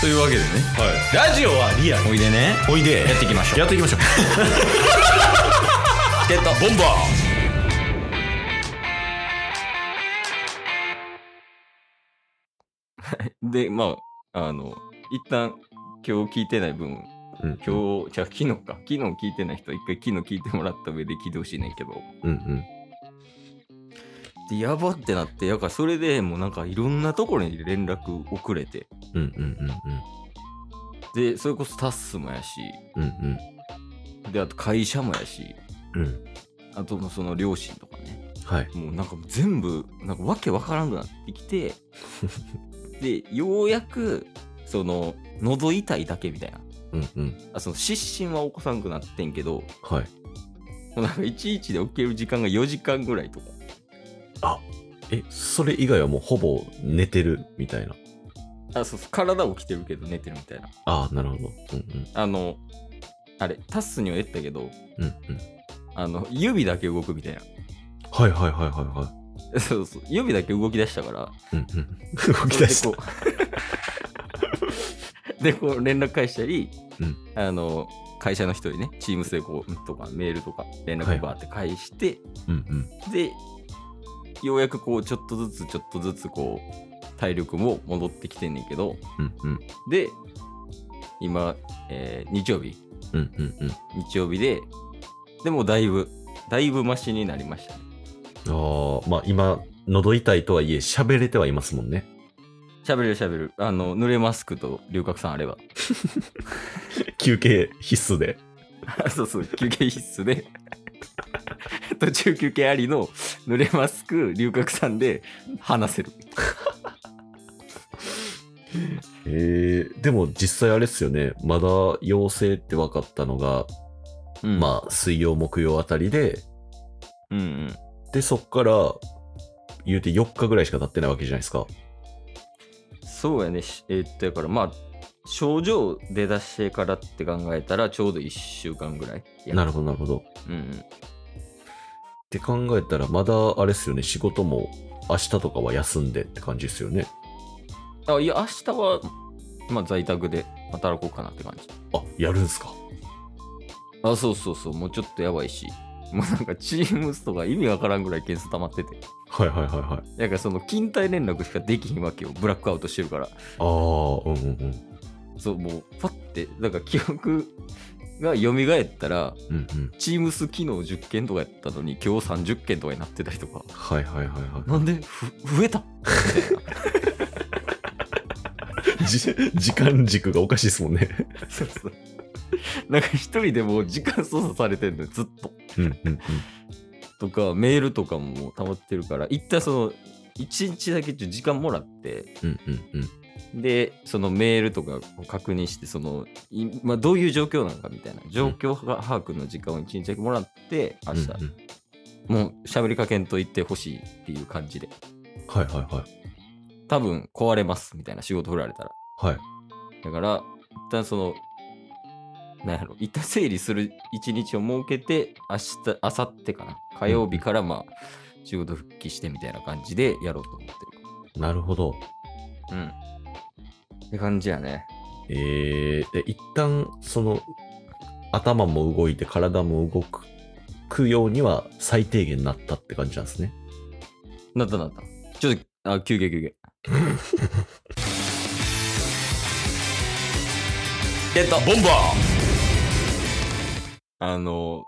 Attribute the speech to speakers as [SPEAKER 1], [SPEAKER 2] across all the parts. [SPEAKER 1] というわけでね
[SPEAKER 2] ラジオはリアル
[SPEAKER 1] おいでね
[SPEAKER 2] おいで
[SPEAKER 1] やっていきましょう
[SPEAKER 2] やっていきましょう
[SPEAKER 1] チケットボンバーでまああの一旦今日聞いてない分
[SPEAKER 2] うん
[SPEAKER 1] 今日じゃあ昨日か昨日聞いてない人は一回昨日聞いてもらった上で聞いてほしいねんけど
[SPEAKER 2] うんうん
[SPEAKER 1] でやばってなってやからそれでもうなんかいろんなところに連絡遅れて
[SPEAKER 2] うんうんうん
[SPEAKER 1] でそれこそタッスもやし
[SPEAKER 2] うんうん
[SPEAKER 1] であと会社もやし
[SPEAKER 2] うんうん
[SPEAKER 1] あとその両親とかね
[SPEAKER 2] はい
[SPEAKER 1] もうなんか全部なんかわけわからんくなってきて でようやくその喉痛いだけみたいな
[SPEAKER 2] うんうん
[SPEAKER 1] あその失神は起こさんくなってんけども
[SPEAKER 2] はい
[SPEAKER 1] うなんかいちいちで起きる時間が4時間ぐらいとか
[SPEAKER 2] えそれ以外はもうほぼ寝てるみたいな
[SPEAKER 1] あそうそう体起きてるけど寝てるみたいな
[SPEAKER 2] ああなるほどうん
[SPEAKER 1] あのあれタスには言ったけど
[SPEAKER 2] うんうんうん
[SPEAKER 1] あの指だけ動くみたい
[SPEAKER 2] はいはいはいはいは
[SPEAKER 1] な そうそう指だけ動き出したから
[SPEAKER 2] いうんうん 動き出した
[SPEAKER 1] でこう でこう連絡返したり、
[SPEAKER 2] うん
[SPEAKER 1] あの会社の人にねチームスでこううんとかメールとか連絡をバーって返して、
[SPEAKER 2] うんうん
[SPEAKER 1] でようやくこうちょっとずつちょっとずつこう体力も戻ってきてんねんけど
[SPEAKER 2] うんうん
[SPEAKER 1] で今、えー日曜日
[SPEAKER 2] うんうんうん
[SPEAKER 1] 日曜日ででもだいぶだいぶマシになりましたね
[SPEAKER 2] ああまあ今喉痛いとはいえ喋れてはいますもんね
[SPEAKER 1] 喋れる喋れるあの濡れマスクと龍角散あれば
[SPEAKER 2] 休憩必須で
[SPEAKER 1] そうそう、休憩必須で、 途中休憩ありの濡れマスク、龍角散で話せる。
[SPEAKER 2] えー、でも実際あれっすよねまだ陽性って分かったのが、
[SPEAKER 1] うん、
[SPEAKER 2] まあ水曜木曜あたりで
[SPEAKER 1] あ、うんうん。
[SPEAKER 2] でそっから言うて4日ぐらいしか経ってないわけじゃないですか
[SPEAKER 1] そうやね、しえーっと、だからまあ、症状出だしてからって考えたら、ちょうど1週間ぐらい。
[SPEAKER 2] な
[SPEAKER 1] る
[SPEAKER 2] るほどなるほどっ
[SPEAKER 1] うんうん。
[SPEAKER 2] て考えたらまだあれっすよね仕事も明日とかは休んでって感じっすよね
[SPEAKER 1] あ、いや、明日は、まあ、在宅で働こうかなって感じ。
[SPEAKER 2] あやるんすか
[SPEAKER 1] あ、そうそうそう、もうちょっとやばいし。 もうなんか、チームスとか意味わからんぐらい件数溜まってて。
[SPEAKER 2] はいはいはいはい
[SPEAKER 1] だから、その、勤怠連絡しかできひんわけよ。ブラックアウトしてるから。
[SPEAKER 2] ああうんうん
[SPEAKER 1] そう、もう、パッて、なんか記憶が蘇ったら、
[SPEAKER 2] うんうんうん
[SPEAKER 1] Teams 機能10件とかやったのに、今日30件とかになってたりとか、
[SPEAKER 2] はいはいはいは
[SPEAKER 1] なんでふ増えたみたい
[SPEAKER 2] い じ時間軸がおかしいっすもんね
[SPEAKER 1] な。そうそう。 なんか一人でもう時間操作されてんのよ、ずっと。
[SPEAKER 2] うんうんうん
[SPEAKER 1] とか、メールとかももう溜まってるから、一旦その、1日だけちょっと時間もらって、
[SPEAKER 2] うんうんうん
[SPEAKER 1] で、そのメールとかを確認して、その、いまあ、どういう状況なのかみたいな、状況把握の時間を1日だけもらって、明日
[SPEAKER 2] うんうん
[SPEAKER 1] もう喋りかけんと言ってほしいっていう感じで。
[SPEAKER 2] はいはいはい
[SPEAKER 1] 多分壊れますみたいな仕事振られたら。
[SPEAKER 2] はい
[SPEAKER 1] だから、一旦その、なんやろ、一旦整理する一日を設けて、明日、明後日かな。火曜日からまあ、仕事復帰してみたいな感じでやろうと思って
[SPEAKER 2] なるほど
[SPEAKER 1] る。うん。って感じやね。
[SPEAKER 2] えー、で一旦その頭も動いて体も動くくようには最低限なったって感じなんですね。
[SPEAKER 1] なったなった。ちょっと、あ、休憩休憩。 ゲットボンバーあの、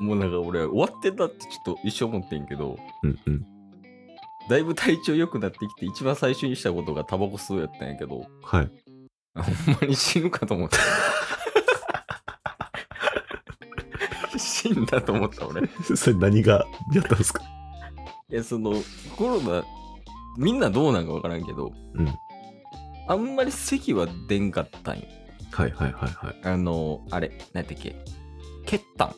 [SPEAKER 1] もうなんか俺終わってたってちょっと一生思ってんけど、
[SPEAKER 2] うんうん。
[SPEAKER 1] だいぶ体調良くなってきて一番最初にしたことがタバコ吸うやったんやけど、
[SPEAKER 2] はい。
[SPEAKER 1] あほんまに死ぬかと思った。死んだと思った俺。い
[SPEAKER 2] それ何がやったんですか
[SPEAKER 1] や、そのコロナ、みんなどうなんかわからんけど、
[SPEAKER 2] うん。
[SPEAKER 1] あんまり咳は出んかったんよ。
[SPEAKER 2] はいはいはいはい。
[SPEAKER 1] あの、あれ、何やったっけ血痰。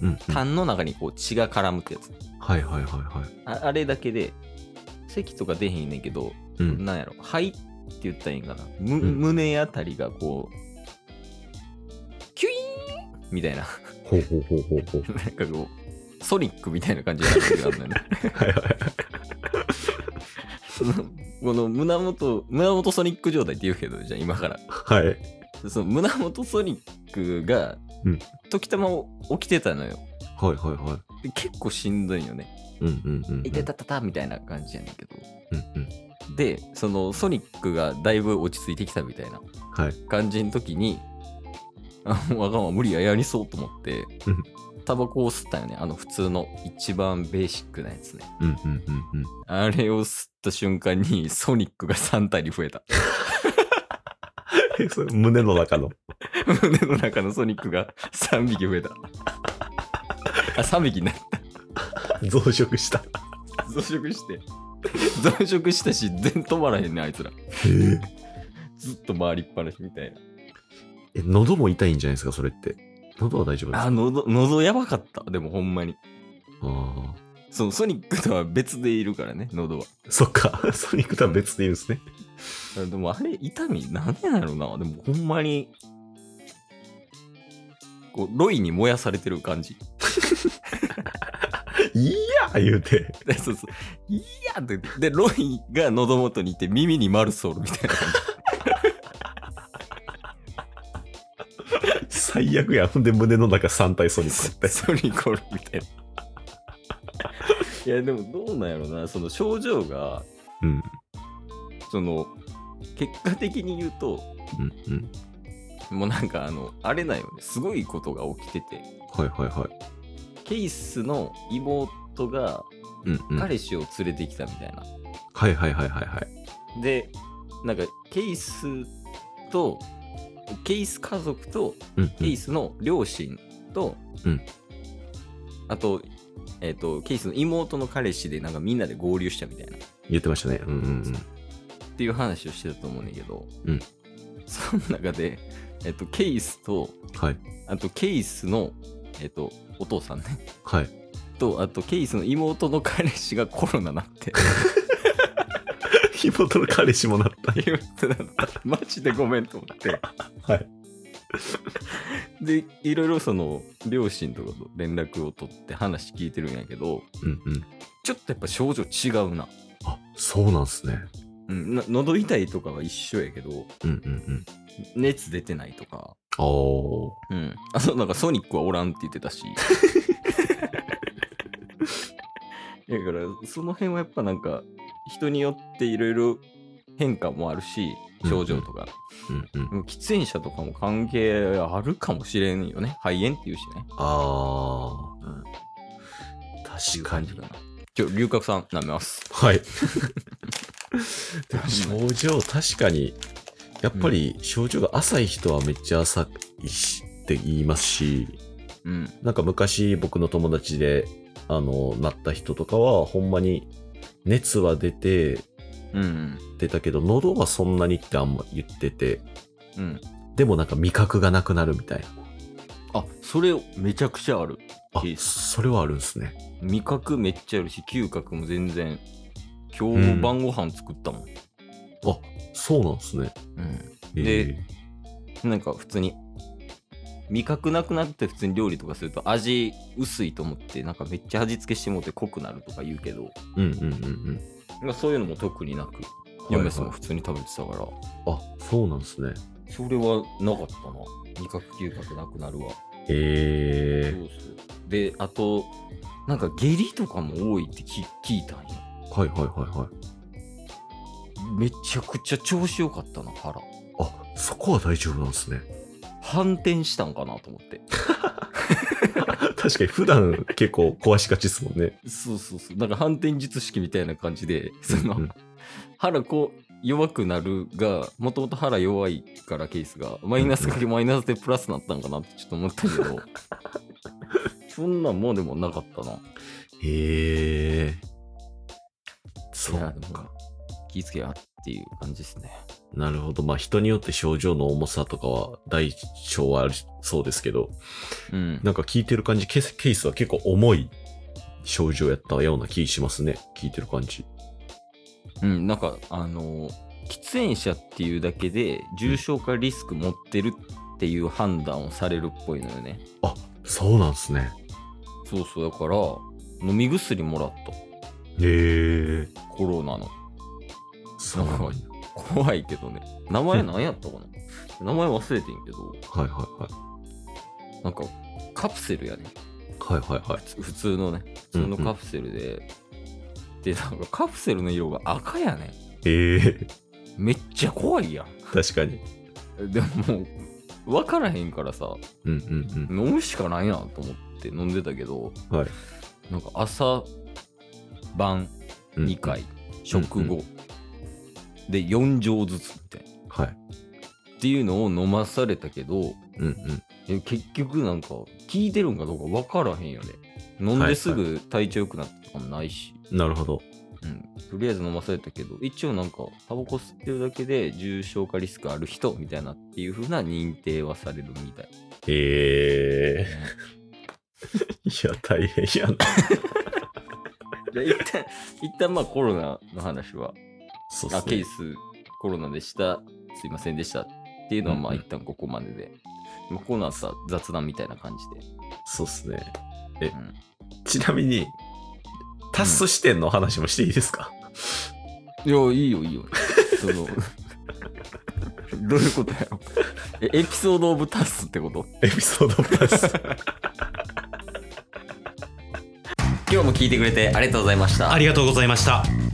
[SPEAKER 2] うん、うん。はい
[SPEAKER 1] 痰の中にこう血が絡むってやつ。
[SPEAKER 2] はいはいはい。
[SPEAKER 1] ああれだけで、咳とか出へんねんけど、
[SPEAKER 2] うん。
[SPEAKER 1] なんやろ、肺って言ったらいいんかな。む
[SPEAKER 2] ん
[SPEAKER 1] 胸あたりがこう、キュイーンみたいな。
[SPEAKER 2] ほうほうほうほうほう。
[SPEAKER 1] なんかこう、 ソニックみたいな感じになってる時があるんだよね。
[SPEAKER 2] はいはい。
[SPEAKER 1] そのこの胸元、胸元ソニック状態って言うけど、じゃあ今から。
[SPEAKER 2] はい。
[SPEAKER 1] その胸元ソニックが、
[SPEAKER 2] うん
[SPEAKER 1] 時たま起きてたのよ。
[SPEAKER 2] はいはいは
[SPEAKER 1] で結構しんどいよね。
[SPEAKER 2] い。うんうんうんうん。
[SPEAKER 1] いてたたたみたいな感じやねんけど。
[SPEAKER 2] うんうん。
[SPEAKER 1] で、そのソニックがだいぶ落ち着いてきたみたいな
[SPEAKER 2] はい。
[SPEAKER 1] 感じの時に、あ、もうあかんわ、無理や、やりそうと思って
[SPEAKER 2] うん、
[SPEAKER 1] タバコを吸ったよね。あの普通の一番ベーシックなやつね。
[SPEAKER 2] うんうんうんうん。
[SPEAKER 1] あれを吸った瞬間にソニックが3体に増えた。
[SPEAKER 2] え それ胸の中の。
[SPEAKER 1] 胸の中のソニックが3匹増えた。あ、3匹になっ
[SPEAKER 2] 増殖 した。
[SPEAKER 1] た。増殖して。増殖したし、全然止まらへんね、あいつら。ずっと回りっぱなしみたいな。
[SPEAKER 2] え、喉も痛いんじゃないですか、それって。喉は大丈夫です
[SPEAKER 1] あ、
[SPEAKER 2] か
[SPEAKER 1] 喉、喉やばかった。でもほんまに。
[SPEAKER 2] あ
[SPEAKER 1] そのソニックとは別でいるからね、喉は。
[SPEAKER 2] ーそっか、 ソニックとは別で言うんですね。
[SPEAKER 1] あでもあれ、痛み、なんでなのな。でもほんまに、こう、ロイに燃やされてる感じ。
[SPEAKER 2] いやー言うて。
[SPEAKER 1] でそうそう。いやって言って。で、ロイが喉元にいて耳にマルソールみたいな感
[SPEAKER 2] 最悪や。ほんで胸の中3体ソニ
[SPEAKER 1] じ。
[SPEAKER 2] ックって。
[SPEAKER 1] ソニーコールみたいな。 いや、でもどうなんやろな。その症状が、
[SPEAKER 2] うん。
[SPEAKER 1] その、結果的に言うと、
[SPEAKER 2] うんうん。
[SPEAKER 1] もうなんかあの、あれだよね。すごいことが起きてて。
[SPEAKER 2] はいはいはい。
[SPEAKER 1] ケイスの妹が
[SPEAKER 2] うんうん。はい
[SPEAKER 1] 彼氏を連れてきたみたいな。
[SPEAKER 2] はいはいはいはい。
[SPEAKER 1] で、なんかケイスと、ケイス家族と
[SPEAKER 2] うんう
[SPEAKER 1] ケイ
[SPEAKER 2] ん。
[SPEAKER 1] スの両親と、
[SPEAKER 2] うん
[SPEAKER 1] あと,、えっとケイスの妹の彼氏でなんかみんなで合流したみたいなっ
[SPEAKER 2] 言ってましたね。うんうん
[SPEAKER 1] ていう話をしてたと思うねんだけど、
[SPEAKER 2] うん
[SPEAKER 1] その中で、えっとケイスと
[SPEAKER 2] うん。はい。
[SPEAKER 1] あとケイスの、えっとお父さんね
[SPEAKER 2] はい。
[SPEAKER 1] とあとケイスの妹の彼氏がコロナなって
[SPEAKER 2] 妹の彼氏もなった。
[SPEAKER 1] 言ってたのマジでごめんと思って
[SPEAKER 2] はい。
[SPEAKER 1] でいろいろその両親とかと連絡を取って話聞いてるんやけど
[SPEAKER 2] うんうん。
[SPEAKER 1] ちょっとやっぱ症状違うな
[SPEAKER 2] あ、そうなんすね。
[SPEAKER 1] うん、な喉痛いとかは一緒やけど、
[SPEAKER 2] うんうんうん。
[SPEAKER 1] 熱出てないとか、
[SPEAKER 2] あー。
[SPEAKER 1] うん、あとなんかソニックはおらんって言って たし。だから、その辺はやっぱなんか、人によっていろいろ変化もあるし、症状とか。
[SPEAKER 2] うんうん。
[SPEAKER 1] でも喫煙者とかも関係あるかもしれんよね。肺炎っていうしね。
[SPEAKER 2] あー。
[SPEAKER 1] うん
[SPEAKER 2] 確かに
[SPEAKER 1] っていう。感じかな。ちょ、龍角さん、舐めます。
[SPEAKER 2] はい。 でも症状、確かに、やっぱり症状が浅い人はめっちゃ浅いしって言いますし、
[SPEAKER 1] うん。
[SPEAKER 2] なんか昔僕の友達で、あの、なった人とかは、ほんまに熱は出て、
[SPEAKER 1] うんうん。
[SPEAKER 2] 出たけど、喉はそんなにってあんま言ってて、
[SPEAKER 1] うん。
[SPEAKER 2] でもなんか味覚がなくなるみたいな。
[SPEAKER 1] あ、それめちゃくちゃある。
[SPEAKER 2] あ
[SPEAKER 1] え、
[SPEAKER 2] それはあるんですね。
[SPEAKER 1] 味覚めっちゃあるし嗅覚も全然今
[SPEAKER 2] う
[SPEAKER 1] 日
[SPEAKER 2] ん
[SPEAKER 1] 晩ご飯作ったもん、
[SPEAKER 2] あ、そうなんですね。
[SPEAKER 1] で
[SPEAKER 2] え
[SPEAKER 1] なんか普通に味覚なくなって普通に料理とかすると味薄いと思ってなんかめっちゃ味付けしてもって濃くなるとか言うけど
[SPEAKER 2] ー、うんうんうん
[SPEAKER 1] なんかそういうのも特になく
[SPEAKER 2] うん。
[SPEAKER 1] 嫁さん
[SPEAKER 2] は
[SPEAKER 1] も
[SPEAKER 2] いはい
[SPEAKER 1] 普通に食べてたから、
[SPEAKER 2] あ、そうなんですね。
[SPEAKER 1] それはなかったな味覚嗅覚なくなるわ
[SPEAKER 2] えー、
[SPEAKER 1] そうそうであとなんか下痢とかも多いって聞聞いたんよ
[SPEAKER 2] はいはいはいはい。
[SPEAKER 1] めちゃくちゃ調子良かったな腹
[SPEAKER 2] あそこは大丈夫なんで すね。
[SPEAKER 1] 反転したんかなと思って
[SPEAKER 2] 確かに普段結構壊しがちですもんね。
[SPEAKER 1] そうそうそう。なんか反転術式みたいな感じで、その、
[SPEAKER 2] うんうん
[SPEAKER 1] 腹こう、弱くなるが、もともと腹弱いからケースが、マイナスかけマイナスでプラスになったんかなってちょっと思ったけ ど、そんなんもうでもなかったな。
[SPEAKER 2] へえ。そ
[SPEAKER 1] いや
[SPEAKER 2] う
[SPEAKER 1] でも
[SPEAKER 2] か。
[SPEAKER 1] 気ぃつけやっていう感じですね。
[SPEAKER 2] なるほど。まあ人によって症状の重さとかは大小はあるそうですけど、
[SPEAKER 1] うん。
[SPEAKER 2] なんか聞いてる感じ、ケースケースは結構重い症状やったような気しますね。聞いてる感じ。
[SPEAKER 1] うん、なんか、あのー喫煙者っていうだけで、重症化リスク持ってるっていう判断をされるっぽいのよね。
[SPEAKER 2] あそうなんですね。
[SPEAKER 1] そうそう、だから、飲み薬もらった。
[SPEAKER 2] へえ。
[SPEAKER 1] コロナの。
[SPEAKER 2] そうなんやはい
[SPEAKER 1] 怖いけどね。名前何やった かな名前忘れてんけど、
[SPEAKER 2] はいはい。
[SPEAKER 1] なんかカプセルやね。
[SPEAKER 2] はいはいはい。
[SPEAKER 1] 普通のね。普通のカプセルで。で、なんかカプセルの色が赤やね。
[SPEAKER 2] ええ
[SPEAKER 1] めっちゃ怖いやん。
[SPEAKER 2] 確かに。
[SPEAKER 1] でももう、わからへんからさ、
[SPEAKER 2] うんうん
[SPEAKER 1] 飲むしかないなと思って飲んでたけど、
[SPEAKER 2] うん。はい。
[SPEAKER 1] なんか朝晩
[SPEAKER 2] うん
[SPEAKER 1] 2。回、食後、で4錠ずつみたいな。
[SPEAKER 2] はい。
[SPEAKER 1] っていうのを飲まされたけど、
[SPEAKER 2] うんうん。
[SPEAKER 1] え結局なんか聞いてるんかどうか分からへんよね。飲んですぐ体調良くなったとかもないし、
[SPEAKER 2] なるほど。
[SPEAKER 1] うん、とりあえず飲まされたけど、一応なんかタバコ吸ってるだけで重症化リスクある人みたいなっていう風な認定はされるみたい。
[SPEAKER 2] ええいや、大変やな。
[SPEAKER 1] で一旦、一旦まあコロナの話は、
[SPEAKER 2] そう
[SPEAKER 1] あ
[SPEAKER 2] っす
[SPEAKER 1] ケー
[SPEAKER 2] ね。
[SPEAKER 1] スコロナでした、すいませんでしたっていうのはまあ
[SPEAKER 2] うんうん
[SPEAKER 1] 一旦ここまでで、まあコーナーさ雑談みたいな感じで。
[SPEAKER 2] そうっすね。
[SPEAKER 1] うん
[SPEAKER 2] ちなみに、タッス視点の話もしていいですか、
[SPEAKER 1] いや、いいよ、いいよ。そ の、どういうこと やろえエピソード・オブ・タスってこと
[SPEAKER 2] エピソードプラス。
[SPEAKER 1] 今日も聞いてくれてありがとうございました
[SPEAKER 3] あ。りがとうございました。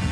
[SPEAKER 3] す